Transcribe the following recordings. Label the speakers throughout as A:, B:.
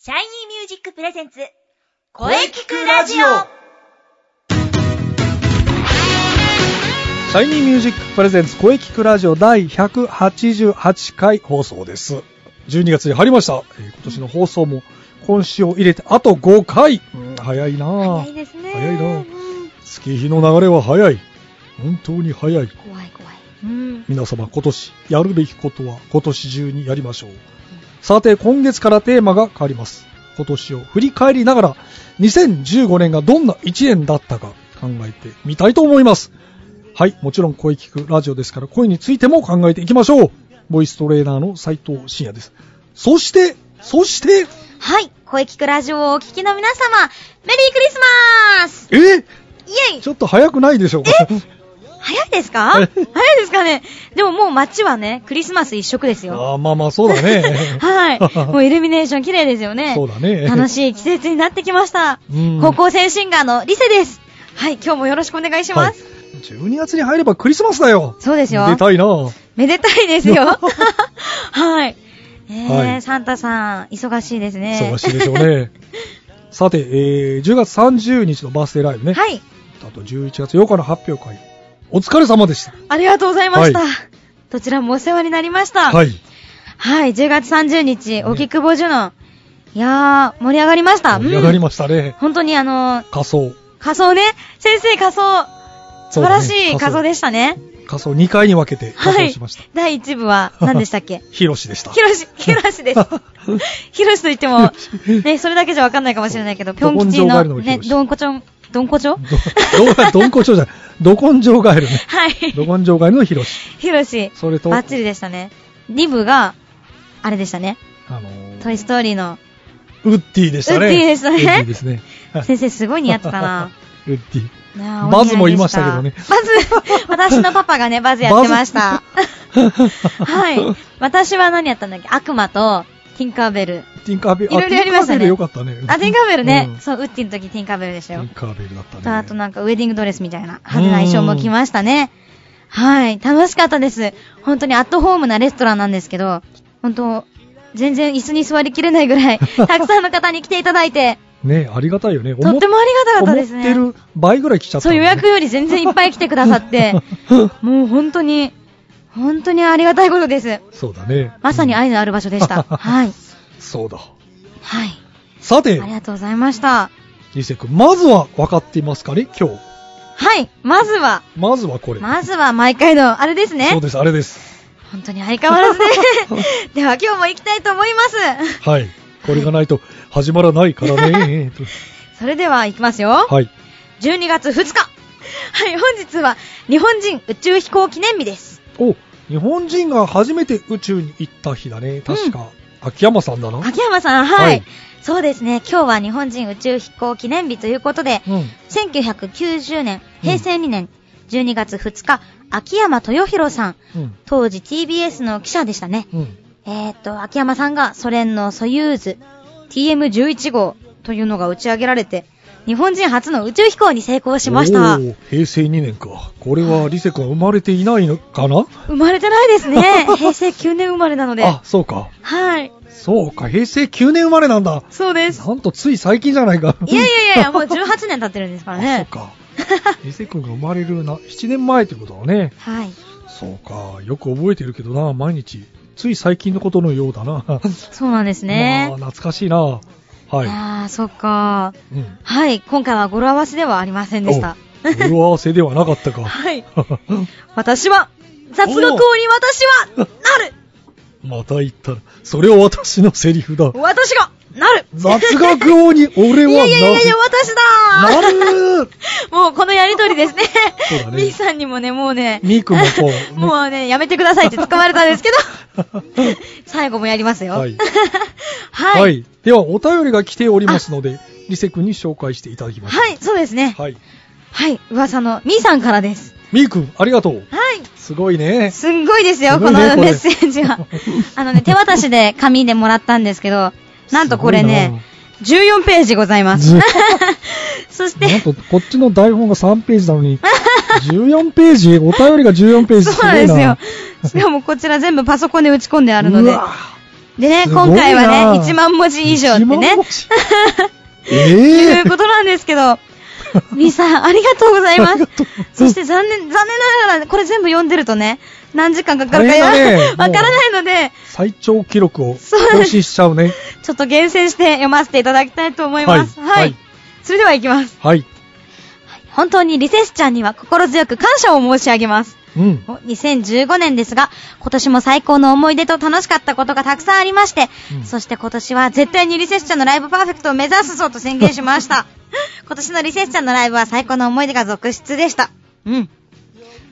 A: シャイニーミュージックプレゼンツ、
B: 声聞くラジオシャイニーミュージックプレゼンツ声聞くラジオ第188回放送です。12月に入りました。えー今年の放送も今週を入れてあと5回。うん早いなぁ
A: 早い。ですね。
B: 早いな
A: うん
B: 月日の流れは早い。本当に早い。
A: 怖い怖い。うん。
B: 皆様今年やるべきことは今年中にやりましょう。さて今月からテーマが変わります。今年を振り返りながら2015年がどんな1年だったか考えてみたいと思います。はい、もちろん声聞くラジオですから声についても考えていきましょう。ボイストレーナーの斉藤慎也です。そして、そして、
A: はい。声聞くラジオをお聞きの皆様、メリークリスマス
B: え
A: イェイ
B: ちょっと早くないでしょうか
A: 早いですか早いですかねでももう街はね、クリスマス一色ですよ。
B: あーまあまあそうだね。
A: はい。もうイルミネーション綺麗ですよね。
B: そうだね
A: 楽しい季節になってきました。
B: うん
A: 高校生シンガーのリセです。はい、今日もよろしくお願いし
B: は
A: ま
B: い
A: す。。
B: 12月に入ればクリスマスだよ。
A: そうですよ
B: 出たいなぁ。
A: めでたいです よ。はい。えー
B: はい
A: サンタさん、忙しいですね。
B: 忙しいでしょう ね。さて、えー10月30日のバースデーライブね。
A: はい。
B: あと11月8日の発表会。お疲れ様でした。
A: ありがとうございました。
B: はい
A: どちらもお世話になりました。。
B: はいい。
A: 10月30日、
B: ね
A: 荻窪ジュノン。いやー、盛り上がりました。
B: 盛り上がり
A: ま
B: ましたね。
A: 本当にあのー、
B: 仮装。
A: 仮装ね。先生仮装。素
B: そ
A: 晴
B: うだ
A: ら
B: ね
A: しい仮装でしたね。
B: 仮装2回に分けて仮装しました。
A: 第1部は何でしたっけ
B: ヒロシでした。
A: ヒロシ、ヒロシ です。ヒロシと言っても、ね、それだけじゃわかんないかもしれないけど、ぴょん吉
B: ど根性ガ
A: の、
B: エルのヒ
A: ね、
B: ロシ
A: どんこちょん、どんこちょ
B: ど、ど、どんこちょじゃない。ど根性ガエルね。
A: はい。
B: ど根性ガエルのヒロシ。
A: ヒロシ、
B: それと、
A: バ
B: あ
A: ッチリでしたね。2部が、あれでしたね。
B: のー
A: トイストーリーの、
B: ウッディでしたね。
A: ウッディでしたね
B: ウッディですね。はい
A: 先生すごい似合ってたな。
B: ウッディ。
A: いやーお似合
B: バズも言いましたけどね
A: でバズ、 私のパパがね、バズやってました。 はい。私は何やったんだっけ悪魔と、ティンカーベル。
B: ティンカーベル、
A: いろいろやりましたね
B: ティンカーベルよかったね。
A: あ、ティンカーベルね。
B: うん
A: そう、ウッディの時ティンカーベルでした
B: テ
A: よ
B: ィン。カーベルだったね。
A: とあとなんかウェディングドレスみたいな派手な衣装も着ましたね。はい。楽しかったです。本当にアットホームなレストランなんですけど、本当、全然椅子に座りきれないぐらい、たくさんの方に来ていただいて、
B: ねありがたいよね。
A: とってもありがたかったです
B: 思って
A: ね。
B: る倍ぐらい来ちゃった
A: そう、
B: ん
A: 予
B: だね、
A: 約より全然いっぱい来てくださって、もう本当に、本当にありがたいことです。
B: そうだね。
A: まさに
B: うん
A: 愛のある場所でした。はい。
B: そうだ。
A: はい。
B: さ
A: あ
B: て
A: り、がとうございました。
B: リセ君、まずは分かっていますかね今日。
A: はい。まずは、
B: まずはこれ。
A: まずは毎回の、あれですね。
B: そうです、あれです。
A: 本当に相変わ らずね。では今日も行きたいと思います。
B: はい。これがないと始まらないから ね。
A: それでは行きますよ。
B: はい。
A: 12月2日。はい、本日は日本人宇宙飛行記念日です。
B: お、日本人が初めて宇宙に行った日だね。確か、秋山さんだな。
A: 秋山さん、はい。
B: はい
A: そうですね、今日は日本人宇宙飛行記念日ということで、
B: うん。
A: 1990年、平成2年、12月2日、秋山豊弘さん、
B: うん。
A: 当時 TBS の記者でしたね。
B: うん。
A: えー、っと、秋山さんがソ連のソユーズ TM11 号というのが打ち上げられて、日本人初の宇宙飛行に成功しました
B: お。ー平成2年か。これはリセ君は生まれていないのかな
A: 生まれてないです ね。平成9年生まれなので。
B: あ、そうか。
A: はい。
B: そうか、平成9年生まれなんだ。
A: そうです。
B: なんとつい最近じゃないか。
A: いやいやいやいや、もう18年経ってるんですから
B: あそう
A: ね。
B: か。伊勢くんが生まれるな、7年前ってことだね。
A: はい。
B: そうか。よく覚えてるけどな、毎日。つい最近のことのようだな。
A: そうなんですね
B: まあ、。懐かしいな。は
A: あ
B: い。
A: あー、そっか。
B: うん。
A: はい。今回は語呂合わせではありませんでした。
B: お語呂合わせではなかったか。
A: はい。私は、雑学王に私は、な る
B: また言ったら、それは私のセリ フだ。
A: 私が、なる
B: 雑学王に俺
A: い
B: は
A: やいやいやいや、私だ
B: な、なる
A: もうこのやりとりですね。
B: そうだね
A: ミーさんにもね、もうね。
B: ミー君もこ う
A: もうね、やめてくださいって捕まれたんですけど。 最後もやりますよ。
B: はい
A: はい。
B: はい。では、お便りが来ておりますので、リセ君に紹介していただきます。
A: はいそうですね。
B: はい。
A: はい。噂のミーさんからです。
B: ミー君、ありがとう。
A: はい。
B: すごいね。
A: すんごいですよ、
B: す
A: こ
B: ごい
A: の
B: ねこれ
A: メッセージ は。あのね、手渡しで紙でもらったんですけど、なんとこれね、14ページございます。
B: ず
A: そし
B: なん
A: て、
B: と、こっちの台本が3ページな のに、14ページお便りが14ページ
A: そ
B: す
A: う
B: ご
A: なん
B: い
A: で
B: な。
A: すよ。しかもこちら全部パソコンで打ち込んであるの
B: う
A: で、
B: わ
A: でね、
B: すごいな
A: 今回はね、1万文字以上ってね、
B: え
A: いうことなんですけど、ミさん、ありがとうございま
B: ありが
A: す
B: とう。
A: そして残念、残念ながら、これ全部読んでるとね、何時間かかるか
B: 大変だね
A: わからないので、
B: 最長記録を
A: そうなんで
B: 更
A: す
B: 新しちゃうね。
A: ちょっと厳選して読ませていただきたいと思います。
B: はい
A: はい。
B: はい
A: それではいきます。
B: はい。
A: 本当にリセスちゃんには心強く感謝を申し上げます。
B: うん。
A: お2015年ですが、今年も最高の思い出と楽しかったことがたくさんありまして、
B: うん
A: そして今年は絶対にリセスちゃんのライブパーフェクトを目指すぞと宣言しま した。今年のリセスちゃんのライブは最高の思い出が続出でした。うん。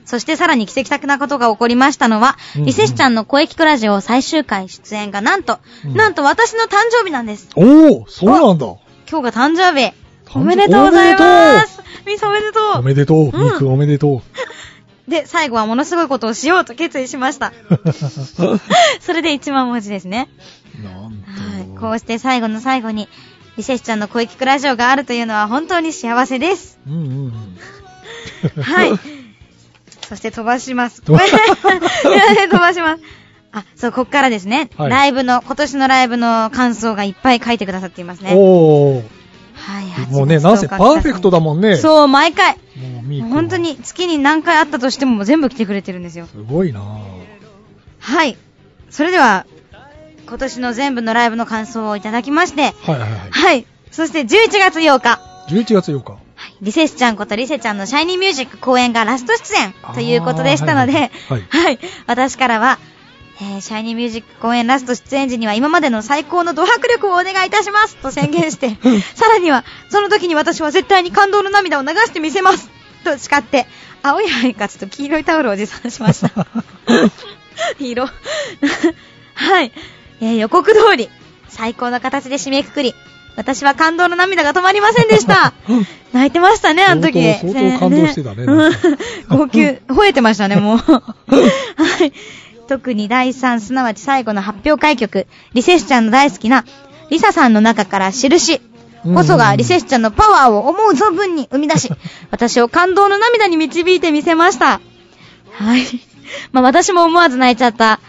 A: そしてさらに奇跡的なことが起こりましたのは、
B: うんうん
A: リセスちゃんの声聞くラジオ最終回出演がなんと、
B: うん
A: なんと私の誕生日なんです。
B: おー、そうなんだ。
A: 今日が誕生日。
B: 誕
A: お
B: 生
A: めでとうございます。みんさんおめでとう。
B: おめでとう。
A: うん
B: 肉おめでと
A: で、最後はものすごいことをしようと決意しま した。
B: う。
A: それで1万文字ですね。
B: なんと。
A: はい。こうして最後の最後に、リセスちゃんの声聞くラジオがあるというのは本当に幸せ です。
B: うんうんうん。
A: はい。そして飛ばし ます。
B: 飛ば
A: 飛ばします。あ、 そう、こっからですね。
B: はい
A: ライブの、今年のライブの感想がいっぱい書いてくださっていますね。
B: おー。
A: はい。
B: もうね、なんせパーフェクトだもんね。う。
A: そう、毎回。
B: もうミー君
A: 本当。に月に何回あったとしても全部来てくれてるんですよ。
B: すごいなぁ
A: はい。それでは、今年の全部のライブの感想をいただきまして、
B: はいはいはい。
A: はい。そして11月8日、
B: 11月8日。
A: はいリセスちゃんことリセちゃんのシャイニーミュージック公演がラスト出演ということでしたので、
B: あー
A: は
B: はいい、
A: 私からは、えーシャイニーミュージック公演ラスト出演時には今までの最高のド迫力をお願いいたしますと宣言して、さらには、その時に私は絶対に感動の涙を流してみせますと誓って、青いハイカツと黄色いタオルを持参しました。色。 はい、えー予告通り、最高の形で締めくくり、私は感動の涙が止まりませんで した。泣いてましたね、あの時。
B: 相当相当感動してたね
A: ねうん
B: なんか
A: 号 泣、吠えてましたね、もう。はい。特に第3、すなわち最後の発表会曲、リセスちゃんの大好きな、リサさんの中から印。こそがリセスちゃんのパワーを思う存分に生み出 し、私を感動の涙に導いてみせました。はい。まあ私も思わず泣いちゃった、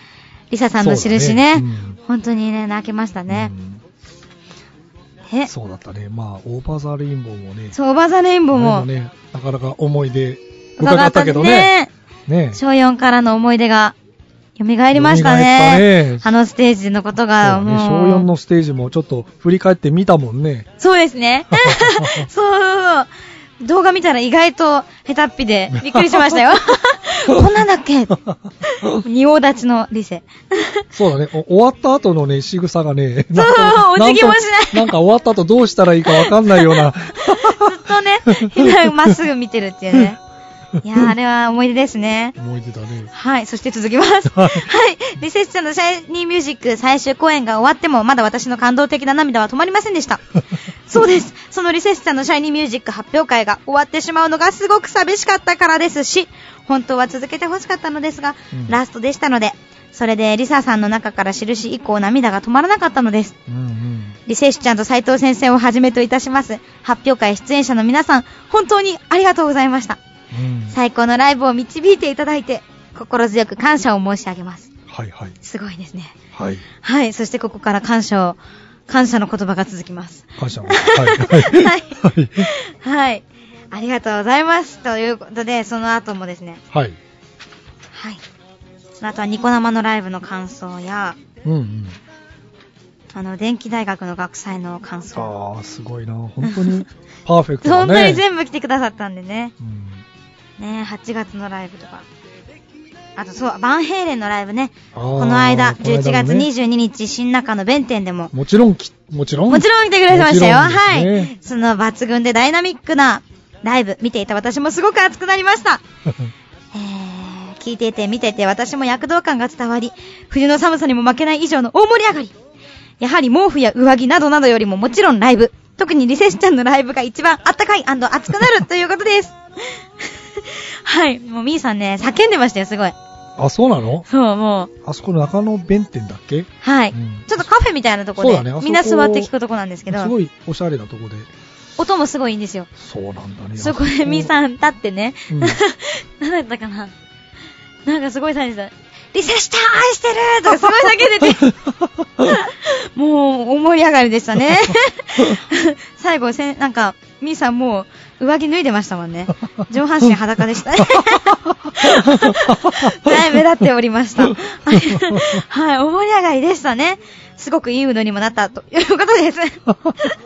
A: リサさんの印ね。
B: そうだねうん
A: 本当にね、泣けましたね。
B: うん
A: え、そ
B: そうだったね。まあ、オーバーザレインボーもね。
A: う、オーバーザレインボー
B: あ
A: も、
B: れね、なかなか思い出伺ったけどね。
A: ね
B: ね
A: 小4からの思い出が蘇りました
B: 蘇った
A: ね
B: ね。
A: あのステージのこと
B: そ
A: が、
B: うね
A: もう。
B: 小4のステージもちょっと振り返ってみたもんね。
A: そうです ね。そうそうそう。動画見たら意外と下手っぴ でびっくりしましたよ。こんなんだっけ仁王立ちのリ セ。
B: そうだね。お終わった後のね、仕草がね、そう
A: お辞儀もしない
B: なんか終わった後どうしたらいいかわかんないような。
A: ずっとね、まっすぐ見てるっていうね。いやー、あれは思い出ですね。
B: 思い出だね。
A: はい、そして続きます。
B: は
A: はいい、リセッションのシャイニーミュージック最終公演が終わっても、まだ私の感動的な涙は止まりませんで した。そうです。そのリセッションのシャイニーミュージック発表会が終わってしまうのがすごく寂しかったからですし、本当は続けてほしかったのですが、
B: うん
A: ラストでしたので、それでリサさんの中から印以降涙が止まらなかったのです。
B: うんうん。
A: リセッシュちゃんと斉藤先生をはじめといたします発表会出演者の皆さん、本当にありがとうございました。
B: うん、
A: 最高のライブを導いていただいて、心強く感謝を申し上げます。
B: はいはい。
A: すごいですね。
B: はい。
A: はい、そしてここから感謝を、感謝の言葉が続きます。
B: 感謝の。はい。はい。はい。
A: はい、ありがとうございます。ということで、その後もですね、
B: はい。
A: はい。その後はニコ生のライブの感想や、
B: うんうん。
A: あの、電気大学の学祭の感想。
B: ああ、すごいな。本当にパーフェクトだ
A: 本
B: ね。
A: 当に全部来てくださったんでね。
B: うん
A: ねえ、8月のライブとか。あとそう、バンヘイレンのライブね。
B: あー
A: この間、
B: この間
A: 11月
B: もね
A: 22日、新中の弁天でも、
B: もちろんき、もちろん。
A: もちろん来てくれてましたよ。
B: もちろん
A: は
B: で
A: い。その抜群でダイナミックなライブ、見ていた私もすごく熱くなりました。
B: すね
A: えー、聞いていて見ていて私も躍動感が伝わり、冬の寒さにも負けない以上の大盛り上がり。やはり毛布や上着などなどよりももちろんライブ。特にリセスちゃんのライブが一番あったかい熱くなるということです。 はい。もうみーさんね、叫んでましたよ、すごい。
B: あ、そうなの
A: そう、もう。
B: あそこの中野弁天だっけ
A: はい、
B: うん
A: ちょっとカフェみたいなとこで、
B: そうだねあそこ
A: みんな座って聞くとこなんですけど
B: す、ごいおしゃれなとこで。
A: 音もすごいいいんですよ。
B: そうなんだね。
A: そこでみー
B: ん。
A: さん立ってね、
B: うん
A: 何だったかななんかすごいサインでした。リセした愛してるとかすごい叫んでて、 もう、大盛り上がりでしたね。最後せん、なんか、ミーさんもう、上着脱いでましたもんね。上半身裸で したね。だいぶ目立っておりました。はい、大盛り上がりでしたね。すごくいい運動にもなったということです。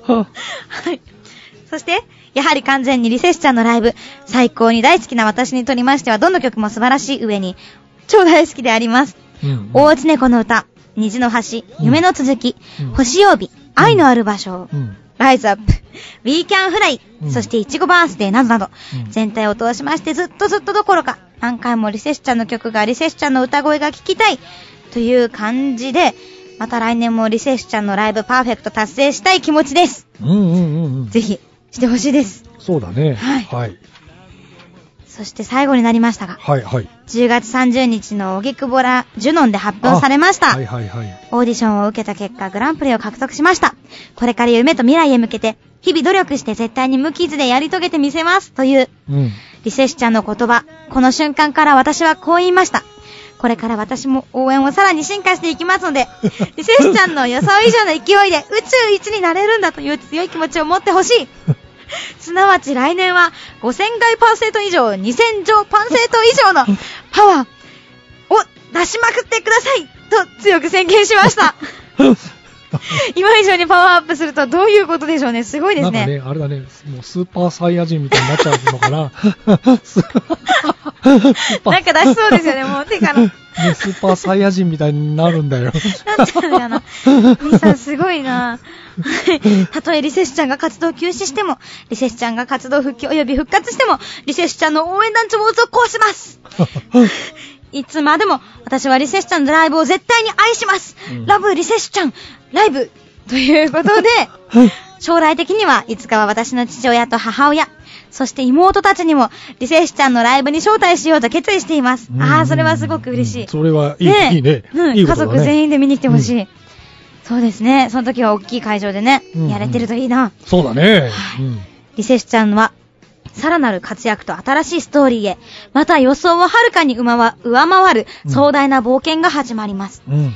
A: はい。そして、やはり完全にリセッシちゃんのライブ、最高に大好きな私にとりましては、どの曲も素晴らしい上に、超大好きであります。
B: うん
A: 大内猫の歌、虹の橋、夢の続き、
B: うん
A: 星曜日、愛のある場所、
B: うん
A: ライズアップ、We Can Fly、
B: うん
A: そしていちごバースデーなどなど、
B: うん
A: 全体を通しましてずっとずっとどころか、何回もリセッシュちゃんの曲がリセッシュちゃんの歌声が聞きたいという感じで、また来年もリセッシュちゃんのライブパーフェクト達成したい気持ちです。
B: うんうんうんうん。
A: ぜひ、してほしいです。
B: そうだね。
A: はい
B: はい。
A: そして最後になりましたが、
B: はいはい。
A: 10月30日の荻窪らジュノンで発表されました。
B: はいはいはい。
A: オーディションを受けた結果、グランプリを獲得しました。これから夢と未来へ向けて、日々努力して絶対に無傷でやり遂げてみせます。という、
B: うん。
A: リセッシュちゃんの言葉。この瞬間から私はこう言いました。これから私も応援をさらに進化していきますの で、リセッシュちゃんの予想以上の勢いで宇宙一になれるんだという強い気持ちを持ってほしい。すなわち来年は5000回パーセント以上、2000兆パーセント以上のパワーを出しまくってくださいと強く宣言しま した。今以上にパワーアップするとどういうことでしょうね。すごいで
B: な
A: す
B: んか
A: ね。
B: ね、あれだね、もうスーパーサイヤ人みたいになっちゃうの かな。ス
A: なんか出しそうですよね。もう手から。
B: ねスーパーサイヤ人みたいになるんだよ。
A: なっちゃうんだよな。ミさんすごいな。 はいたとえリセッシュちゃんが活動を休止しても、リセッシュちゃんが活動復帰及び復活しても、リセッシュちゃんの応援団長を続行します。いつまでも、私はリセッシュちゃんのライブを絶対に愛します。
B: うん
A: ラブリセッシュちゃん、ライブ。という ことで、将来的にはいつかは私の父親と母親、そして妹たちにも、リセッシュちゃんのライブに招待しようと決意しています。 ああ、それはすごく嬉しい。
B: うんそれはいい、いいね。
A: うん、
B: いいこ
A: 家
B: とだね
A: 族全員で見に来てほしい、
B: う
A: そうですね。その時は大きい会場でね、
B: うんうん
A: やれてるといいな。
B: そうだね。
A: はい
B: うん
A: リセッシュちゃんは、さらなる活躍と新しいストーリーへ、また予想をはるかに上回上回る
B: うん
A: 壮大な冒険が始まります。
B: うん。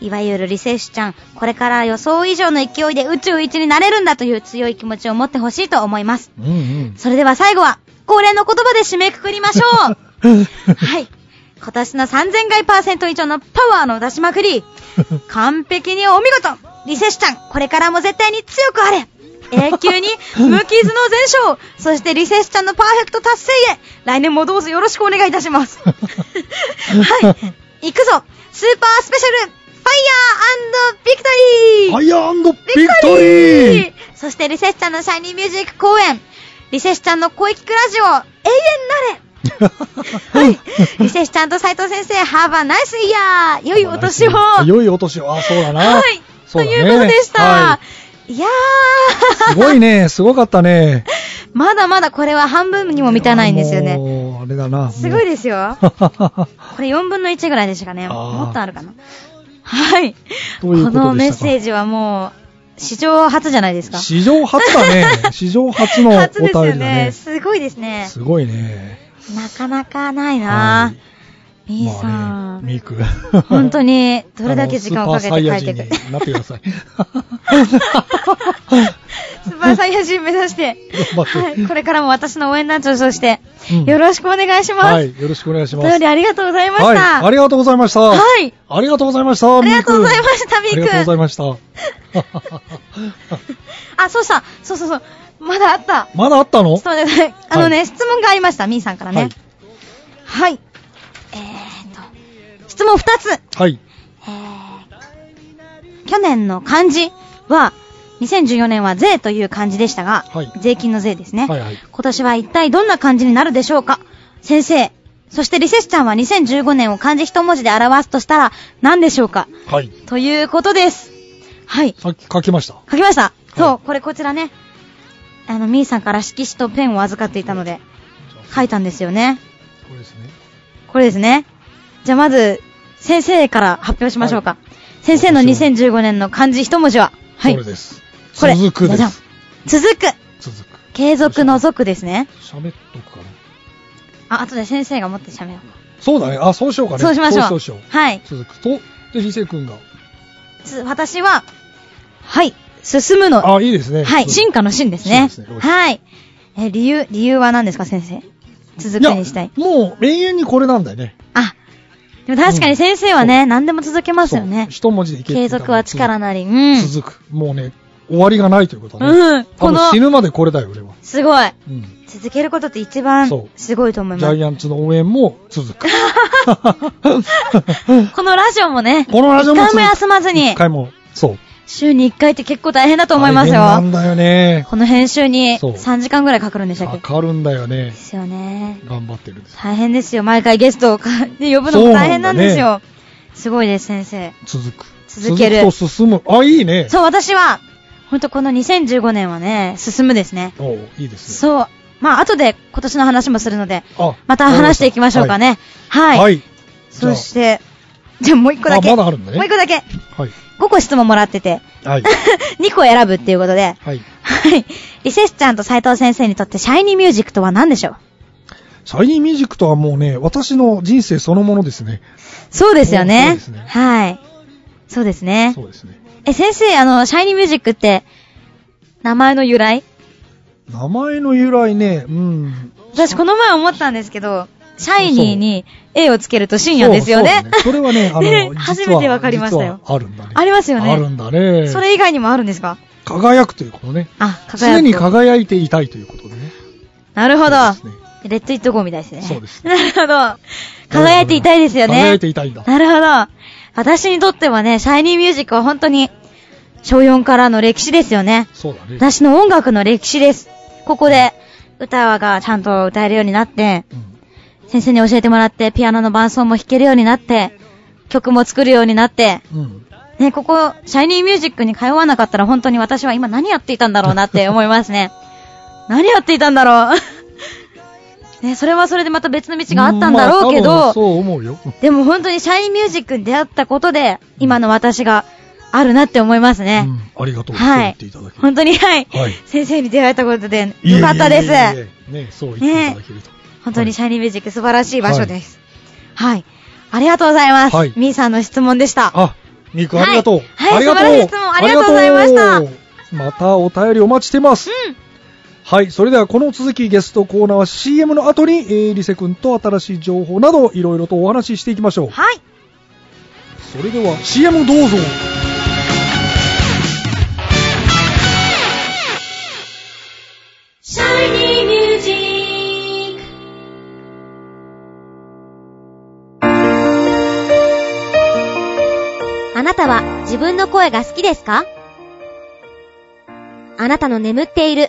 A: いわゆるリセッシュちゃん、これから予想以上の勢いで宇宙一になれるんだという強い気持ちを持ってほしいと思います。
B: うんうん。
A: それでは最後は、恒例の言葉で締めくくりましょう はい。今年の3000回パーセント以上のパワーの出しまくり、完璧にお見事リセッシュちゃん、これからも絶対に強くあれ永久に無傷の全勝そしてリセッシュちゃんのパーフェクト達成へ来年もどうぞよろしくお願いいたしますはい行くぞスーパースペシャルファイヤービクトリー
B: ファイアービ
A: ビ
B: クトリー
A: そしてリセッシュちゃんのシャイニーミュージック公演リセッシュちゃんの小池ラジオ永遠なれ はい。リセッシュちゃんと斉藤先生、ハーバーナイスイヤー良いお年を
B: 良いお年を。あ、そうだな。
A: はい。
B: そ
A: と
B: うだね
A: いうことでした。、
B: はい
A: や
B: すごいね、すごかっ たね。
A: ー、 まだまだこれは半分にも満たないんですよね。
B: もうあれだな。
A: すごい
B: す。
A: ですよ。これ4分の1ぐらいでしたかね。
B: あー
A: もっとあるかな。はい。
B: どういうことでしたか
A: のメッセージはもう、史上初じゃないですか。
B: 史上初だね。史上初のお
A: 初
B: 便
A: で
B: り
A: すよ
B: だ
A: ね。
B: ね。
A: すごいですね。
B: すごいね。
A: なかなかないな
B: は
A: ぁ。みーさ
B: まあ
A: ん。
B: ねミーク。
A: 本当に、どれだけ時間をかけて書いてく
B: あのスーパー
A: る
B: サイヤ人。になってください。
A: スーパーサイヤ人目指して、
B: 頑張って
A: はい、これからも私の応援団長として、
B: うん
A: よろしくお願い します。
B: はい、よろしくお願いし
A: お
B: ます。
A: 便りありがとうございまし
B: はい、
A: た。
B: ありがとうございました。
A: はい
B: ありがとうございました。
A: ありがとうございました
B: ミー
A: ミーク
B: クありがとうございました。
A: あ、そうした。そうそうそう。まだあった。ち
B: まだあったの
A: ょっと待ってください。あのね、
B: は
A: 質問がありました。みーさんからね。はい。えーっと、質問2つ。
B: はい。
A: えー去年の漢字は、2014年は税という漢字でしたが、
B: はい
A: 税金の税ですね。
B: はいはい
A: 今年は一体どんな漢字になるでしょうか先生。そしてリセスちゃんは2015年を漢字一文字で表すとしたら何でしょうか
B: はい。
A: ということです。はい。
B: さっき書きました。
A: 書きました。そ
B: は
A: う、これこちらね。あの、みーさんから色紙とペンを預かっていたので、書いたんですよね。
B: これですね。
A: これですね。じゃあまず、先生から発表しましょうか。
B: は
A: 先生の2015年の漢字一文字ははい。
B: これです。
A: これ
B: 続くで
A: じゃじ
B: す。
A: 続く。
B: 続く。
A: 継続の続ですね。
B: 喋っとくかな。
A: あ、後で先生が持って喋ろう。
B: そうだね。あ、そうしようかね。
A: そうしましょう。
B: そうしよう。
A: はい。
B: 続くと、で、リセ君が。
A: つ私は、はい、進むの。
B: あ、いいですね。
A: はい、進
B: 化。
A: 化の進ですね。
B: 進ですねよし
A: はい。え、理由、理由は何ですか、先生。続けにしたい。
B: もう、永遠にこれなんだよね。
A: あ、でも確かに先生はね、何でも続けますよね
B: そう。一文字でいける
A: 継続は力なり。う。
B: うんん続く。もうね、終わりがないということだね。
A: うん。
B: 多
A: この
B: 分、死ぬまでこれだよ、俺は。
A: すごい。
B: うん。
A: 続けることって一番
B: そう
A: すごいと思い
B: ジ
A: ま
B: ャ
A: す。
B: イアンツの応援も 続く。
A: このラジオもね、
B: このラジオも
A: 一
B: 続く
A: 回も休まずに
B: 一、回も、そう。
A: 週に一回って結構大変だと思います
B: 大変な
A: よ。
B: んだよね。
A: この編集に
B: そう
A: 3時間ぐらいかかるんでしたっけ
B: か
A: で
B: かるんだよね。
A: すよね。
B: 頑張ってるんです。
A: 大変ですよ。毎回ゲストを かで呼ぶのも大変なんですよ。すごいです、先生。
B: 続く。
A: 続ける
B: 続くと進む。あ、いいね。
A: そう、私は、ほんとこの2015年はね、進むですね。
B: おういいですね。
A: そう。まあ、後で今年の話もするので、
B: あ
A: また話していきましょうか。ね。は。
B: はいい。はい。
A: そして、じゃあもう一個だけ。
B: あまだあるんだね
A: もう一個だけ。
B: はい。
A: 5個質問もらって て、
B: はい。
A: 2個選ぶっていうことで、
B: はい。
A: はい。リセスちゃんと斉藤先生にとってシャイニーミュージックとは何でしょう
B: シャイニーミュージックとはもうね、私の人生そのものですね。
A: そうですよ
B: そう
A: ね
B: ですね。
A: はい。そうですね。
B: そうですね。
A: え、先生、あの、シャイニーミュージックって、名前の由来
B: 名前の由来ね、うん。
A: 私この前思ったんですけど、シャイニーに A をつけると深夜ですよね。
B: そうそう だねそれはね、あの、
A: 初
B: 実
A: め
B: は
A: てわかりましたよ。
B: 実はあるんだね。
A: ありますよね
B: あるんだね。
A: それ以外にもあるんですか
B: 輝くということね。
A: あ、輝く。
B: 常に輝いていたいということでね。
A: なるほど。
B: そうですね
A: レッツイットゴーみたいですね。
B: そうです
A: なるほど。輝いていたいですよね。
B: 輝いていたいんだ。
A: なるほど。私にとってはね、シャイニーミュージックは本当に、小4からの歴史ですよね。
B: そうだね。
A: 私の音楽の歴史です。ここで、歌がちゃんと歌えるようになって、
B: うん
A: 先生に教えてもらって、ピアノの伴奏も弾けるようになって、曲も作るようになって、
B: うん。
A: ね、ここ、シャイニーミュージックに通わなかったら本当に私は今何やっていたんだろうなって思います ね。何やっていたんだろう。 ね、それはそれでまた別の道があったんだろうけど、
B: まあ多分そう思うよ。
A: でも本当にシャインミュージックに出会ったことで、今の私があるなって思います
B: う
A: ね。
B: んありがとう。そう
A: は
B: 言
A: い
B: っていただけ。。
A: 本当にはい。
B: はい
A: 先生に出会えたことで、
B: いえいえいえいえ
A: よかったです。
B: ね、そう言っていただけると。
A: 本当にシ
B: ャ
A: ャイニーミュージック素晴らしい場所です。はい。ありがとうございます。
B: はい
A: みーさんの質問でした。
B: あ、ミクありがとう。
A: はいはい
B: ありがとう
A: 素晴らしい質問ありがとうございました
B: ありがとうまたお便りお待ちしてます。
A: うん
B: はい、それではこの続きゲストコーナーは CM の後に、えー、リセ君と新しい情報などいろいろとお話ししていきましょう。
A: はい。
B: それでは CM どうぞ。
A: シャイニーミュージック
C: あなたは自分の声が好きですかあなたの眠っている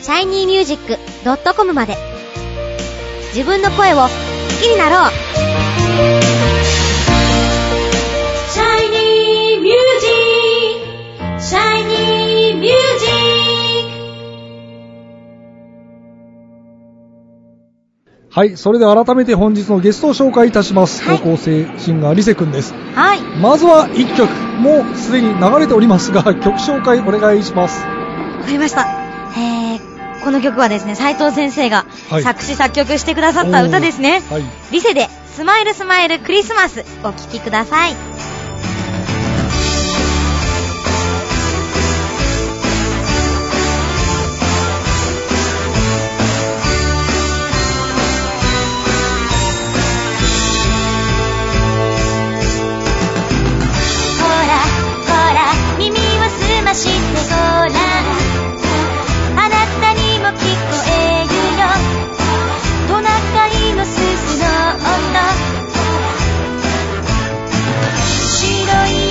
C: shinymusic.com まで自分の声を好きになろう
A: シャイニーミュージックシャイニーミュージック
B: はい、それでは改めて本日のゲストを紹介いたします。
A: はい
B: 高校生シンガーリセ君です。
A: はい。
B: まずは1曲、もうすでに流れておりますが、 曲紹介お願いします。
A: わかりました。えー、この曲はですね、斉藤先生が
B: はい
A: 作詞作曲してくださった歌ですね。
B: おーはい。
A: リセで、スマイルスマイルクリスマス、お聴きください。
C: ほらほら耳を澄ましてごらんあなたにも聞こえるよトナカイの鈴の音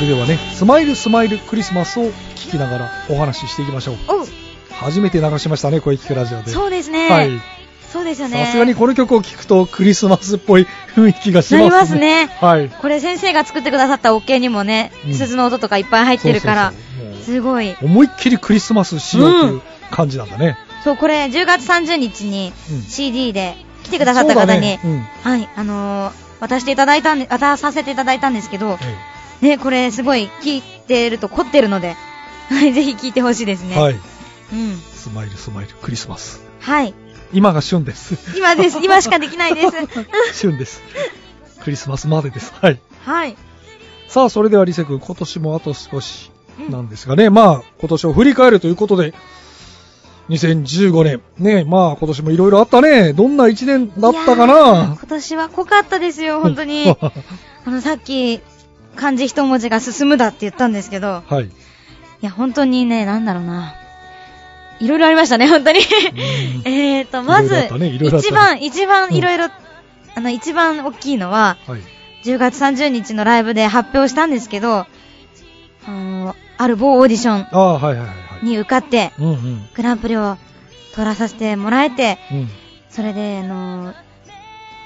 B: れではね、スマイルスマイルクリスマスを聞きながらお話ししていきましょう。
A: おう
B: 初めて流しましたね、声聞くラジオで。
A: そうですね、
B: はい。
A: そうですよね
B: さすがにこの曲を聴くとクリスマスっぽい雰囲気がしますね。
A: なりますね
B: はい。
A: これ先生が作ってくださったオッケーにもね、
B: うん
A: 鈴の音とかいっぱい入ってるから
B: そうそうそうもう
A: すごい
B: 思いっきりクリスマス仕様という感じなんだね。
A: そうこれ10月30日に
B: うん
A: CD で来てくださった方に、
B: そうだね
A: はいあのー渡していただいたんで渡させていただいたんですけど、
B: え
A: ねこれすごい聞いてると凝ってるのではいぜひ聞いてほしいです
B: え
A: ね
B: はい。
A: うん
B: スマイルスマイルクリスマス。
A: はい
B: 今が旬です。
A: 今です今しかできない です
B: 旬です。クリスマスまでです。はい。
A: はい
B: さあ、それではリセ君、今年もあと少し
A: うん
B: なんですがね、まあ、今年を振り返るということで、2015年、ね、まあ、今年もいろいろあったね。どんな1年だったか
A: いやー
B: な
A: 今年は濃かったですよ本当 にあのさっき漢字一文字が進むだって言ったんですけど
B: はい。
A: いや、本当にね、なんだろうな。いろいろありましたね、本当に。えーと、まず
B: いろいろあったねい、ろいろあった
A: 一番、一
B: うん
A: 番いろいろ、あの、一番大きいのは、
B: はい。
A: 10月30日のライブで発表したんですけど、あの、ある某オーディション
B: ああ、はいはいはいはい。
A: に受かって、
B: うんうん。
A: グランプリを取らさせてもらえて、
B: うん。
A: それで、あの、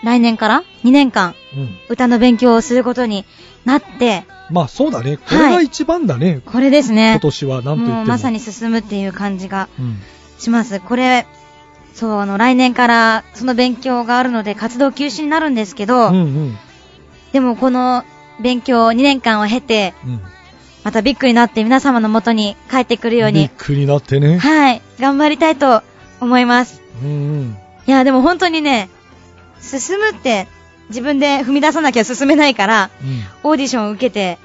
A: 来年から2年間、
B: うん。
A: 歌の勉強をすることになって、
B: まあ、そうだね。これが一番だね。
A: これですね
B: 今。年は、なんといっても。
A: もうまさに。進むっていう感じが
B: うん。
A: します。これ、そう、あの、来年からその勉強があるので活動休止になるんですけど、
B: うんうん。
A: でもこの勉強2年間を経て、
B: うん。
A: またビッグになって皆様の元に帰ってくるよう
B: び
A: に
B: っ、くりなってね。
A: はい、頑張りたいと思います。
B: うんうん。
A: いや、でも本当にね、進むって自分で踏み出さなきゃ進めないから、
B: う
A: オーディションを受けて、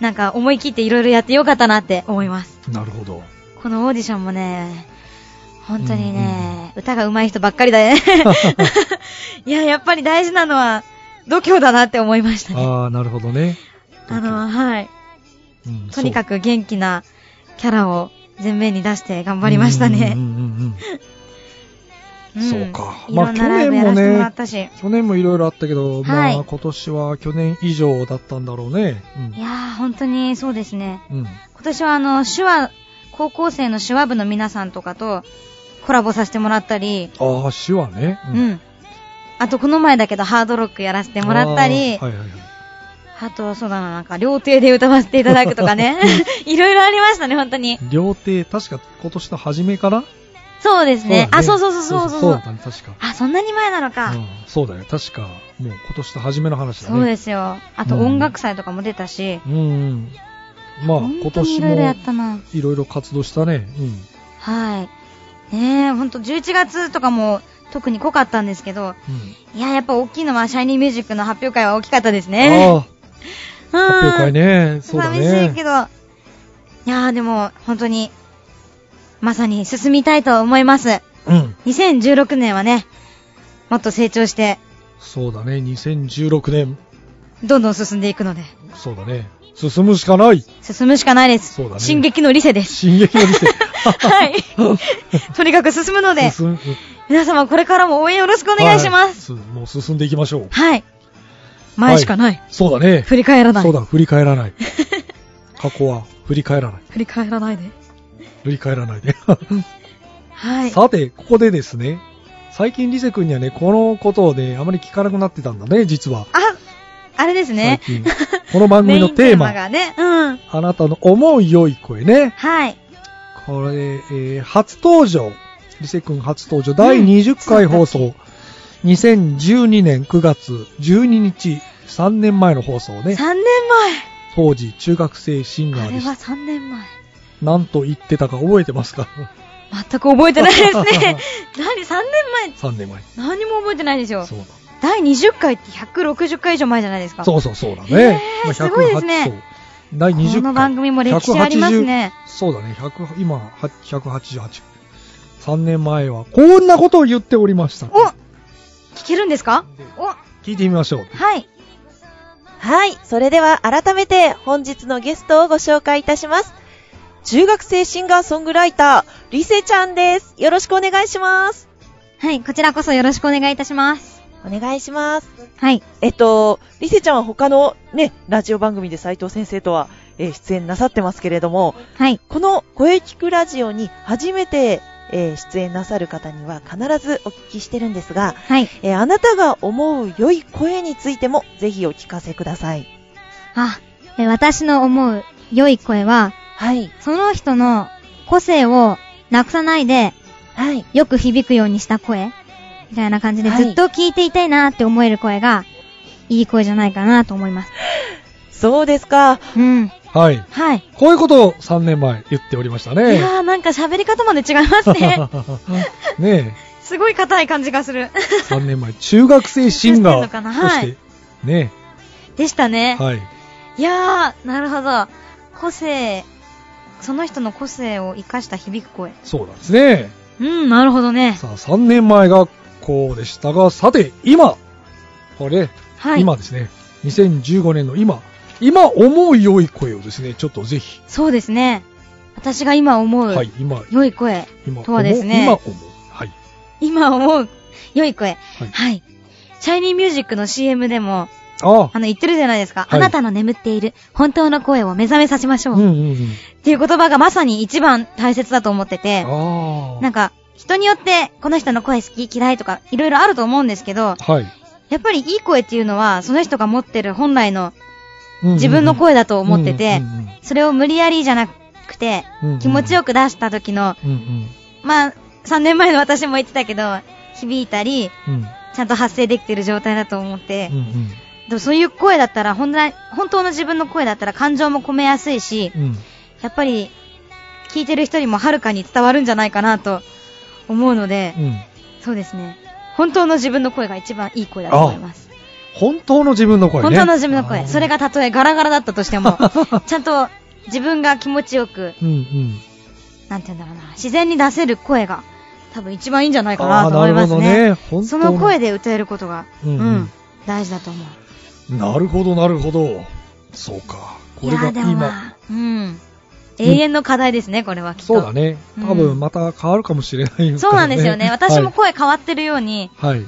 A: なんか思い切っていろいろやってよかったなって思います。
B: ん。なるほど。
A: このオーディションもね、本当にね、歌が上手い人ばっかり で、いや、やっぱり大事なのは、度胸だなって思いましたね。
B: ああ、なるほどね。
A: あの、はい。
B: うん
A: とにか
B: く
A: く元気なキャラを前面に出して頑張りました
B: うんう
A: ね。
B: んうんうんうん
A: ん
B: そうか
A: いろんなライブやらせてもらったし。
B: 去年もいろいろあったけど、
A: はい
B: まあ今年は去年以上だったんだろうね。
A: いやー、本当にそうですね。
B: うん。うん。
A: 今年はあの、手話、高校生の手話部の皆さんとかとコラボさせてもらったり、
B: ああ、手話ね。
A: うん。あと、この前だけど、ハードロックやらせてもらったり、
B: あーはいはいはい。
A: あと、そうだな、なんか、料亭で歌わせていただくとかね。 いろいろありましたね、本当に。
B: 料亭、確か今年の初めから
A: そうですね。
B: だ
A: あ、そうそうそうそうそう
B: そうだったね、確か。
A: あ、そんなに前なのか。
B: うんそうだよ、確か。もう今年の初めの話だね。
A: そうですよ。あと、
B: うん
A: 音楽祭とかも出たし。
B: うんうん。まあ
A: 本
B: 今
A: 当にい
B: 年
A: ろいろやっ
B: も
A: たな。
B: いろいろ活動したね。うん。
A: はい。ねえ、ほんと、11月とかも特に濃かったんですけど、
B: うん
A: いや、やっぱ大きいのは、シャイニーミュージックの発表会は大きかったです
B: あ
A: ね。
B: あ、発表会
A: ね。
B: ね。そうだね。
A: 寂しいけど。いやー、でも、本当に、まさに進みたいと思います。
B: うん。
A: 2016年はね、もっと成長して、
B: そうだね。2016年。
A: どんどん進んでいくので、
B: そうだね。進むしかない。
A: 進むしかないです。
B: そうだね
A: 進撃の理性 です。
B: 進撃の理 性。
A: はい。とにかく進むので、
B: 進む
A: 皆様これからも応援よろしくお願いします。
B: はいすもう進んでいきましょう。
A: はい。前しかない。
B: そうだね。
A: 振り返らない。
B: そうだ、振り返 らない。過去は振り返らない。
A: 振り返らないで。
B: 振り返らないで。
A: はい。
B: さて、ここでですね、最近リセ君にはね、このことをね、あまり聞かなくなってたんだね、実は。
A: あ、あれですね。
B: 最近。この番組のテー
A: メ
B: マ、
A: インテーマがね。うん。
B: あなたの思う良い声ね。
A: はい。
B: これ、えー初登場。リセ君初登場。第20回放送。2012年9月12日、3年前の放送ね。
A: 3年
B: 当時、中学生シン
A: 前。
B: ガ
A: あ
B: ー
A: れ
B: で
A: は
B: した。
A: 3年前。
B: なんと言ってたか覚えてますか
A: 全く覚えてないですね。何 ?3 年前
B: ?3 年前。
A: 何も覚えてないですよ。
B: そう
A: 第20回って160回以上前じゃないです
B: だ。
A: か。
B: そうそうそうだね。
A: えー
B: まあ
A: すごいですね。
B: 108そう第20回。
A: この番組も歴史ありますね
B: 180。そうだね。100今、は188。3年前は、こんなことを言っておりました。
A: お聞けるんですかおは
B: 聞いてみましょう。
A: い。
D: はい。それでは改めて本日のゲストをご紹介いたします。中学生シンガーソングライター、リセちゃんです。よろしくお願いします。
A: はい、こちらこそよろしくお願いいたします。
D: お願いします。
A: はい。
D: えっと、リセちゃんは他のね、ラジオ番組で斉藤先生とは、えー出演なさってますけれども、
A: はい。
D: この声聞くラジオに初めて、えー出演なさる方には必ずお聞きしてるんですが、
A: はい。
D: えーあなたが思う良い声についてもぜひお聞かせください。
A: あ、え私の思う良い声は、
D: はい。
A: その人の個性をなくさないで、
D: はい。
A: よく響くようにした声みたいな感じで、
D: はい
A: ずっと聞いていたいなって思える声が、いい声じゃないかなと思います。
D: そうですか。
A: うん。
B: はい。
A: はい。
B: こういうことを3年前言っておりました
A: い
B: ね。
A: やー、なんか喋り方まで違いますね。
B: ね
A: すごい硬い感じがする。
B: え、3年前、中学生シンガ
A: 緊張してんのかな
B: ーとして、ね
A: でしたね。
B: え、はい。
A: いやー、なるほど。個性、その人の個性を生かした響く声。
B: そうなんですね。
A: うん、なるほどね。
B: さあ、3年前がこうでしたが、さて、今、これ、
A: はい。
B: 今ですね、2015年の今、今思う良い声をですね、ちょっとぜひ、
A: そうですね。私が今思う、
B: はい、今、
A: 良い声。
B: 今
A: そうですね
B: 思う今思う。はい。
A: 今思う、良い声。
B: は
A: はいい。シャイニーミュージックの CM でも、
B: あ
A: あの、言ってるじゃないですか。
B: はい
A: あなたの眠っている本当の声を目覚めさせまし
B: あ、
A: ょ
B: うん
A: う。
B: う
A: っ
B: んうん。
A: ていう言葉がまさに一番大切だと思ってて、
B: あ
A: なんか、人によって、この人の声好き嫌いとか、いろいろあると思うんですけど、
B: あ、はい。
A: やっぱりいい声っていうのは、その人が持ってる本来の
B: うんうんうん
A: 自分の声だと思ってて、それを無理やりじゃなくて、気持ちよ
B: く、
A: く出した時の、
B: うんうん
A: まあ、3年前の私も言ってたけど、響いたり、
B: うん
A: ちゃんと発声できてる状態だと思って
B: うん、うん
A: でもそういう声だったら、本来本当の自分の声だったら感情も込めやすいし、
B: うん
A: やっぱり、聞いてる人にもはるかに伝わるんじゃないかなと思うので、
B: うん
A: そうですね。本当の自分の声が一番いい声だと思います。
B: 本当の自分の声ね。
A: 本当の自分の
B: あー
A: 声。それ、がたとえガラガラだったとして も、ちゃんと自分が気持ちよく、
B: うんうん。
A: なんて言うんだろうな、自然に出せる声が、多分一番いいんじゃないか
B: あ
A: な
B: あー、
A: と
B: な
A: 思い
B: る
A: ま
B: ほ
A: す
B: ど
A: ね。
B: ね。本
A: そ
B: 当
A: の声で歌えることが、
B: う
A: うんん、
B: うん
A: 大事だと思う。
B: なるほど、なるほど。そうか。これ
A: い
B: が
A: やでも
B: 今。
A: まあ、うん。永遠の課題ですね、これはきっと。
B: そうだね。多分また変わるかもしれないからね
A: そうなんですよね。私も
B: は
A: 声変わってるように、
B: い。はい。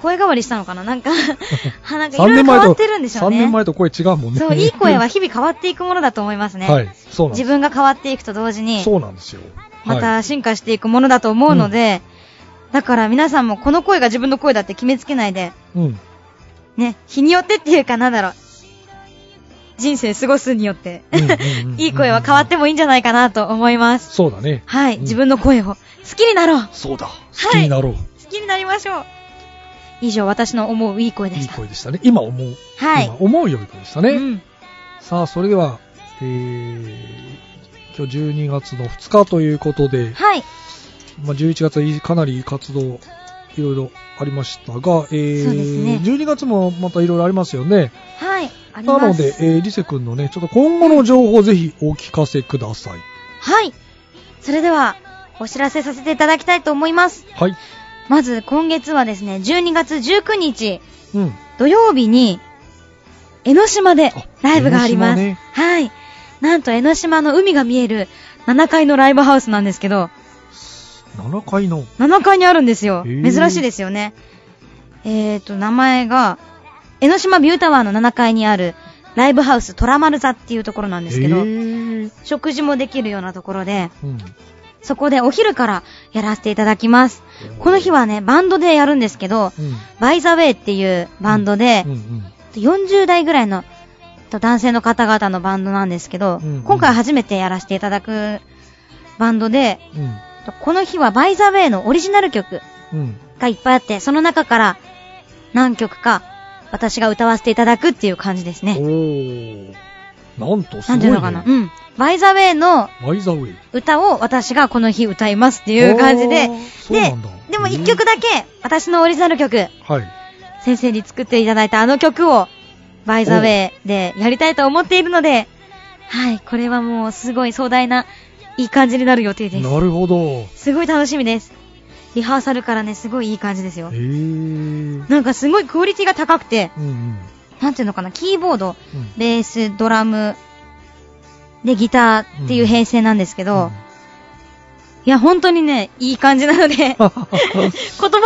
A: 声変わりしたのかななん か、なんかい
B: 3
A: ろいろ
B: 年
A: 変
B: 前
A: わ
B: と、
A: ってるんでしょ
B: 3
A: うね。
B: 年前と声違うもんね。
A: そう、いい声は日々変わっていくものだと思いますね。
B: はい。そうなん
A: 自
B: です。
A: 分が変わっていくと同時に、
B: そうなんですよ。
A: ま
B: はい、
A: た進化していくものだと思うので、だから皆さんもこの声が自分の声だって決めつけないで、
B: うん。
A: ね、日によってっていうかなんだろう。人生過ごすによって、
B: うんうんうんう ん
A: いい声は変わってもいいんじゃないかなと思います。
B: そうだね。
A: はい、
B: うん
A: 自分の声を好きになろう
B: そうだ。好きになろう。
A: 好きになりましょう以上、私の思ういい声で
B: いい
A: した。
B: 声でしたね。今思う。
A: はい
B: 今。思うより声でしたね。
A: うん。
B: さあ、それでは、えー、今日12月の2日ということで、
A: はい。
B: まあ、11月はいいかなり活動、いろいろありましたが、えー
A: そうですね
B: 12月もまたいろいろありますよね。
A: はい。あり
B: な
A: ます。
B: ので、えー、リセ君のね、ちょっと今後の情報をぜひお聞かせください。
A: はい。それでは、お知らせさせていただきたいと思います。
B: はい。
A: まず、今月はですね、12月19日、
B: うん。
A: 土曜日に、江ノ島でライブがあります。
B: 江ノ島ね
A: はい。なんと江ノ島の海が見える7階のライブハウスなんですけど、
B: 7階の、
A: 7階にあるんですよ。
B: へー
A: 珍しいですよね。えーと、名前が、江ノ島ビュータワーの7階にある、ライブハウストラマルザっていうところなんですけど、
B: えー
A: 食事もできるようなところで、
B: うん。
A: そこでお昼からやらせていただきます。この日はね、バンドでやるんですけど、
B: うん、うん。
A: バイザウェイっていうバンドで
B: う、ん。
A: 40代ぐらいのと男性の方々のバンドなんですけど、
B: うんうん
A: 今回初めてやらせていただくバンドで、
B: うん。
A: この日はバイザウェイのオリジナル曲
B: うん。
A: がいっぱいあって、その中から何曲か私が歌わせていただくっていう感じです
B: お
A: ね。
B: ー。なんとす
A: な
B: ごい、
A: ん
B: ね。
A: ていうのかな、うん。バイザウェイの
B: ワイザウェイ。
A: 歌を私がこの日歌いますっていう感じで
B: お、ーそうなんだ。
A: でも一曲だけ私のオリジナル曲、
B: はい。
A: 先生に作っていただいたあの曲を、バイザウェイでやりたいと思っているので、はい、これはもうすごい壮大な、いい感じになる予定です。
B: なるほど。
A: すごい楽しみです。リハーサルからね、すごいいい感じですよ
B: へえ。。うん
A: なんかすごいクオリティが高くて、
B: うん。うん
A: なんていうのかな、キーボード、ベース、 ドラム、で、ギターっていう編成なんですけど、いや、本当にね、いい感じなの で、言葉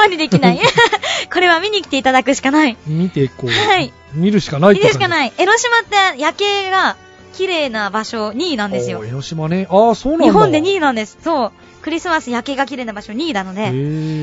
A: にできない。 これは見に来ていただくしかない。
B: 見ていこう。
A: はい
B: 見るしかないっ
A: いい
B: て
A: ですか
B: い
A: ない。江ノ島って夜景が綺麗な場所2位なんですよ
B: 江。ノ島ね。ああ、そうなんだ。
A: 日本で2
B: 位
A: 位なんです。そう。クリスマス夜景が綺麗な場所2位なので、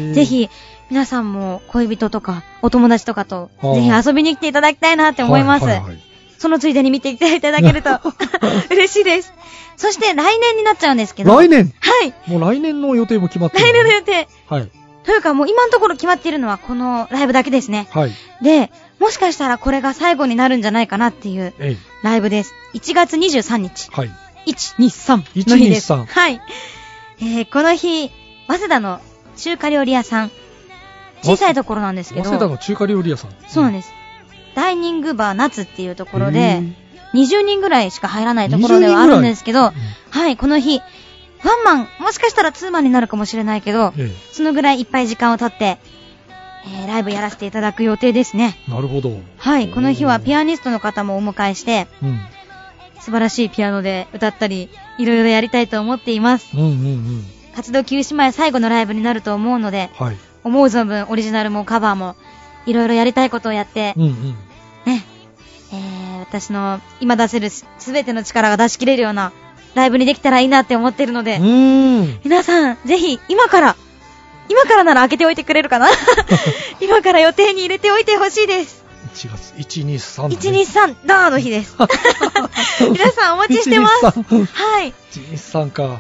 B: で
A: ぜ。ひ皆さんも恋人とかお友達とかと、
B: あー
A: ぜひ遊びに来ていただきたいなって思います。
B: はははい
A: そのついでに見ていただけると 嬉しいです。そして来年になっちゃうんですけど。
B: 来年
A: はい。
B: もう来年の予定も決まってる。
A: 来年の予定。
B: はい。
A: というかもう今のところ決まっているのはこのライブだけですね。
B: はい。
A: で、もしかしたらこれが最後になるんじゃないかなっていう
B: えい。
A: ライブです。1月23日。
B: はい。
A: 123の日です。
B: 123
A: はい。えー、この日、早稲田の中華料理屋さん。小さいところなんですけ
B: 早
A: ど。
B: 稲田の中華料理屋さん。
A: そうなん
B: で
A: です。ダイニングバー夏っていうと
B: す
A: ころで、20人ぐらいしか入らないところではあるんですけど、はい、この日、ワンマン、もしかしたらツーマンになるかもしれないけど、
B: え
A: そのぐらいいっぱい時間を経って、えーライブやらせていただく予定ですね。
B: えなるほど。
A: はい、この日はピアニストの方もお迎えして、
B: うん。
A: 素晴らしいピアノで歌ったり、いろいろやりたいと思っています。
B: うんうんうん。
A: 活動休止前最後のライブになると思うので、
B: はい。
A: 思う存分オリジナルもカバーも、いろいろやりたいことをやって
B: う、んうん。
A: ね、えー、私の今出せるすすべての力が出し切れるようなライブにできたらいいなって思ってるので、
B: うーん。
A: 皆さん、ぜひ今から、今からなら開けておいてくれるか な今から予定に入れておいてほしいです。
B: 1月、1、2、3。
A: 123、ダーの日 です。 皆さんお待ちしてます。 はい。
B: 1、2、3か。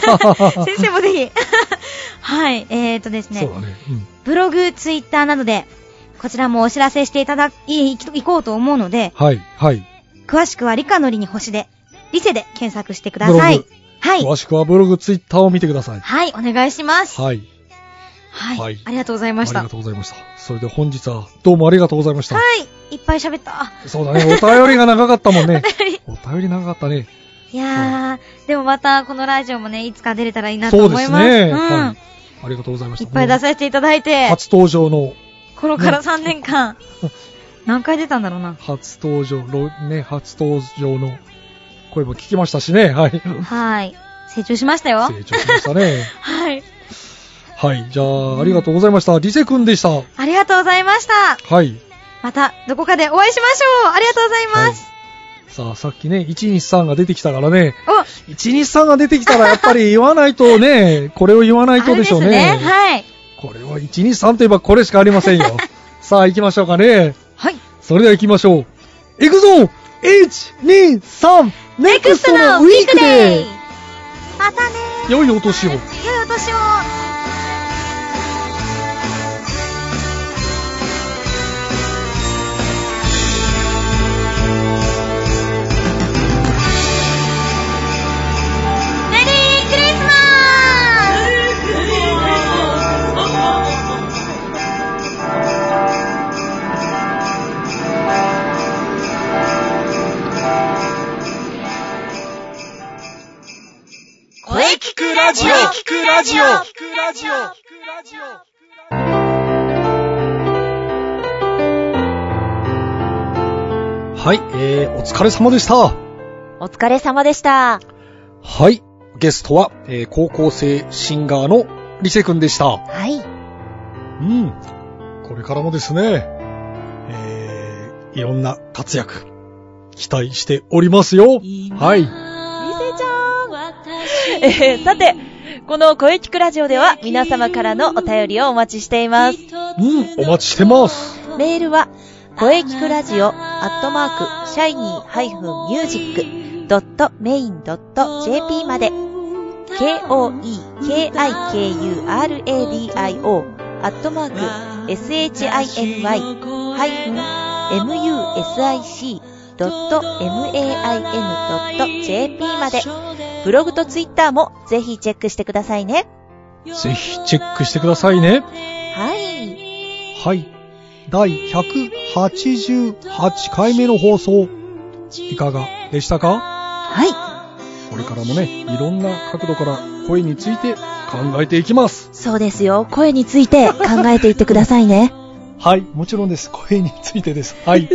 A: 先生もぜひ。 はい。えーとです
B: そ
A: ね
B: う、だね。うん。
A: ブログ、ツイッターなどで、こちらもお知らせしていただい、いいこうと思うので、
B: はい。はい。
A: 詳しくはリカのりに星で、リセで検索してください
B: ブロ。
A: はい。
B: 詳しくはブログ、ツイッターを見てください。
A: はい、お願いします。
B: はい。
A: はい。
B: はい
A: ありがとうございまし
B: あ
A: た。
B: りが
A: は
B: とうございました。それで本日はどうもありがとうございました。
A: い。いっぱい喋った。
B: そうだね、お便りが長かったも んね。
A: お便り
B: お便り長かったね。
A: いやー、でもまたこのラジオもね、いつか出れたらいいなと
B: そう
A: 思
B: で
A: い
B: す
A: ます。
B: ね、
A: うん、
B: はい。ありがとうございまし
A: い
B: た。
A: っぱい出させていただい
B: もう
A: て、
B: 初登場の、
A: このから3年間
B: うん、
A: 何回出たんだろうな。
B: 初登場、ろね、初登場の声も聞きましたしね。はい。成
A: はい。成長しましたよ。
B: 長しましたね。
A: はい。
B: はい。じゃあ、ありがとうございました。リセ君でした。
A: ありがとうございました。
B: はい。
A: また、どこかでお会いしましょう。ありがとうございます。
B: さあ、さっきね、123が出てきたからね。
A: お、
B: 123が出てきたら、やっぱり言わない とね、これを言わない
A: あ
B: と
A: れ
B: で
A: で
B: しょ
A: す
B: う
A: ね。はい。
B: これは123といえばこれしかありませ んよ。さあ行きましょうかね。
A: はい。
B: それでは行きましょう。行くぞ !123! ネ
A: ネク
B: ク
A: ス
B: ス
A: ト
B: ト
A: の
B: の
A: ウ
B: ウ
A: ィ
B: ィ
A: ー
B: ー
A: ク
B: ク
A: デ
B: デ
A: イ
B: イ
A: またね
B: 良いお年を
A: 良いお年をメリークリスマ
D: 声聞くラ
A: ジオ声聞
D: くラジオ
B: はい、えー、お疲れ様でした。
C: お疲れ様でした。
B: はい、ゲストは、えー、高校生シンガーのリセ君でした。
C: はい。
B: うん。これからもですね、えー、いろんな活躍、期待しておりますよ。はい。
D: えーさて、この声聞くラジオでは皆様からのお便りをお待ちしています。
B: うん、お待ちしてます。
D: メールは、声聞くラジオ、アットマーク、シャイニー -music.main.jp まで、k-o-e-k-i-k-u-r-a-d-i-o、アットマーク、shiny-music.main.jp まで、ブログとツイッターもぜひチェックしてくださいね。
B: ぜひチェックしてくださいね。
D: はい。
B: はい。第188回目の放送、いかがでしたか
D: はい。
B: これからもね、いろんな角度から声について考えていきます。
D: そうですよ。声について考えていってくださいね。
B: はい、もちろんです。声についてです。 はい。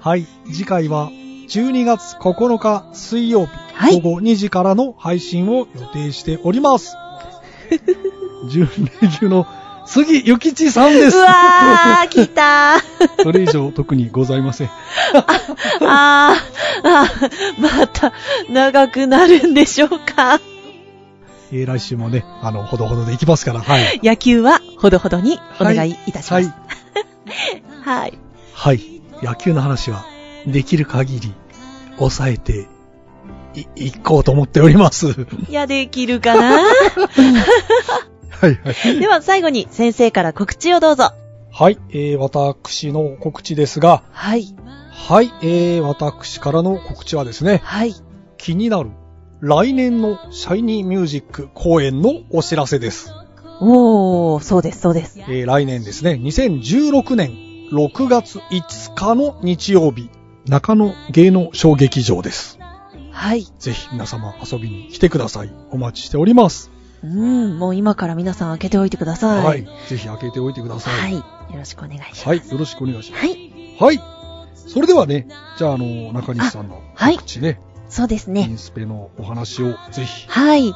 B: はい、次回は12月9日水曜日、
D: はい
B: 午後2時からの配信を予定しております。 準レギュの杉ゆきちさんです。
D: うわー、来たー。
B: それ以上特にございません。
D: あー、あー、また長くなるんでしょうか。
B: えー来週もね、あの、ほどほどでいきますから、はい。
D: 野球はほどほどにお願いいたしま
B: は
D: す。
B: い。
D: はい。
B: はい。野球の話は、できる限り、抑えてい、いこうと思っております。はい
D: や、できるかな
B: いはい。
D: では最後に先生から告知をどうぞ。
B: はい、えー、私の告知ですが、
D: はい。
B: はい、えー、私からの告知はですね、
D: はい。
B: 気になる来年のシャイニーミュージック公演のお知らせです。
D: おー、そうです、そうです。
B: えー、来年ですね、2016年6月5日の日曜日、中野芸能小劇場です。
D: はい。
B: ぜひ皆様遊びに来てください。お待ちしております。
D: うん、もう今から皆さん開けておいてください。
B: はい。。ぜひ開けておいてくださ。
D: はいい。よろしくお願いします。
B: はい。よろしくお願いしま
D: はい。
B: す。はい。それではね、じゃあ、あの、中西さんの
D: あはい
B: 告知ね、
D: そうです
B: イ
D: ね。
B: ンスペのお話をぜひ。
D: はい。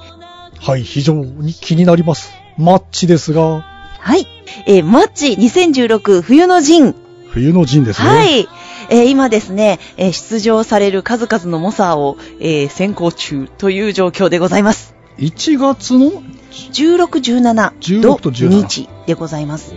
B: はい、非常に気になります。マッチですが、
D: はい。えーマッチ2016冬の陣。
B: 冬の陣ですね。
D: はい。えー今ですね、えー出場される数々の猛者を、えー選考中という状況でございます。
B: 1月の、
D: 16、
B: 16
D: 17
B: と
D: 土
B: 17
D: 日でございます。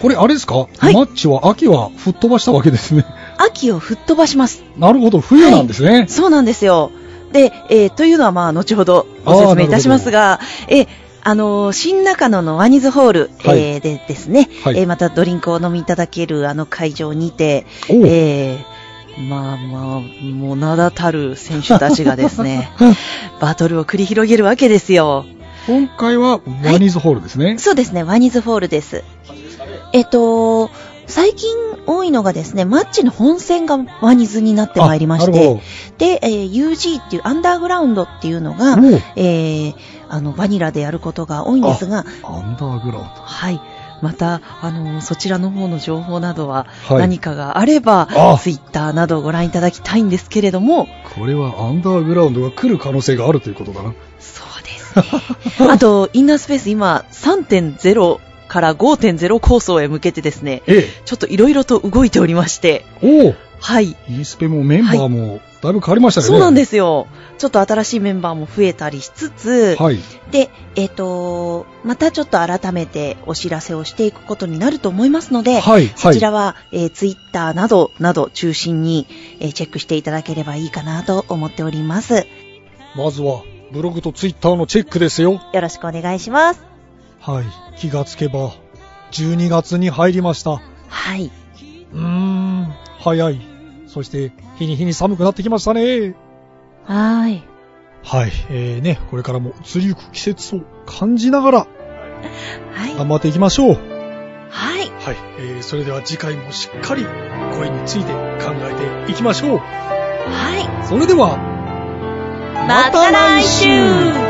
B: これあれですか、
D: はい
B: マッチは秋は吹っ飛ばしたわけですね。
D: 秋を吹っ飛ばします。
B: なるほど、冬なんですね。
D: そうなんですよ。で、えーというのはまあ、後ほどご説明いたしますが、えーあのー新中野のワニズホール、
B: はい
D: えーでですね、
B: はい
D: えーまたドリンクを飲みいただけるあの会場にて、
B: おう
D: えーまあまあ、もう名だたる選手たちがで すね、バトルを繰り広げるわけですよ。
B: 今回はワニーズホールですね。
D: そうですね、ワニズホールです。えっと、最近多いのがですね、マッチの本戦がワニズになってまいりまし
B: あなる
D: て、
B: ほ
D: で、えー UG っていうアンダーグラウンドっていうのが、
B: ど。おう
D: えーあの、バニラでやることが多いんですが、
B: アンダーグラウン
D: はい。また、あの、そちらの方の情報などは、
B: ド。はい。
D: 何かがあれば、
B: あ
D: ツイッターなどをご覧いただきたいんですけれども、
B: これはアンダーグラウンドが来る可能性があるということだな。
D: そうです ね。あと、インナースペース今、3.0から5.0構想へ向けてですね、
B: ええ。
D: ちょっといろいろと動いておりまして、
B: おう
D: はい。
B: インスペもメンバーもだいぶ変わりましたよね。。
D: そうなんですすよ。ちょっと新しいメンバーも増えたりしつつ、
B: はい。
D: で、えっ、と、またちょっと改めてお知らせをしていくことになると思いますので、
B: はい。
D: そ
B: は
D: ち
B: い。
D: らは、えツイッター Twitter など、など中心に、えーチェックしていただければいいかなと思っております。
B: まずは、ブログとツイッターのチェックですよ。
D: よろしくお願いします。
B: はい。気がつけば、12月に入りました。う
D: はい。
B: ーん、早い。そして、日に日に寒くなってきましたね。
D: はい。
B: はい。えー、ね、これからも移りゆく季節を感じながら、
D: はい。
B: 頑張っていきましょう。
D: はい。
B: はい。えー、それでは次回もしっかり、声について考えていきましょう。
D: はい。
B: それでは、
D: また来週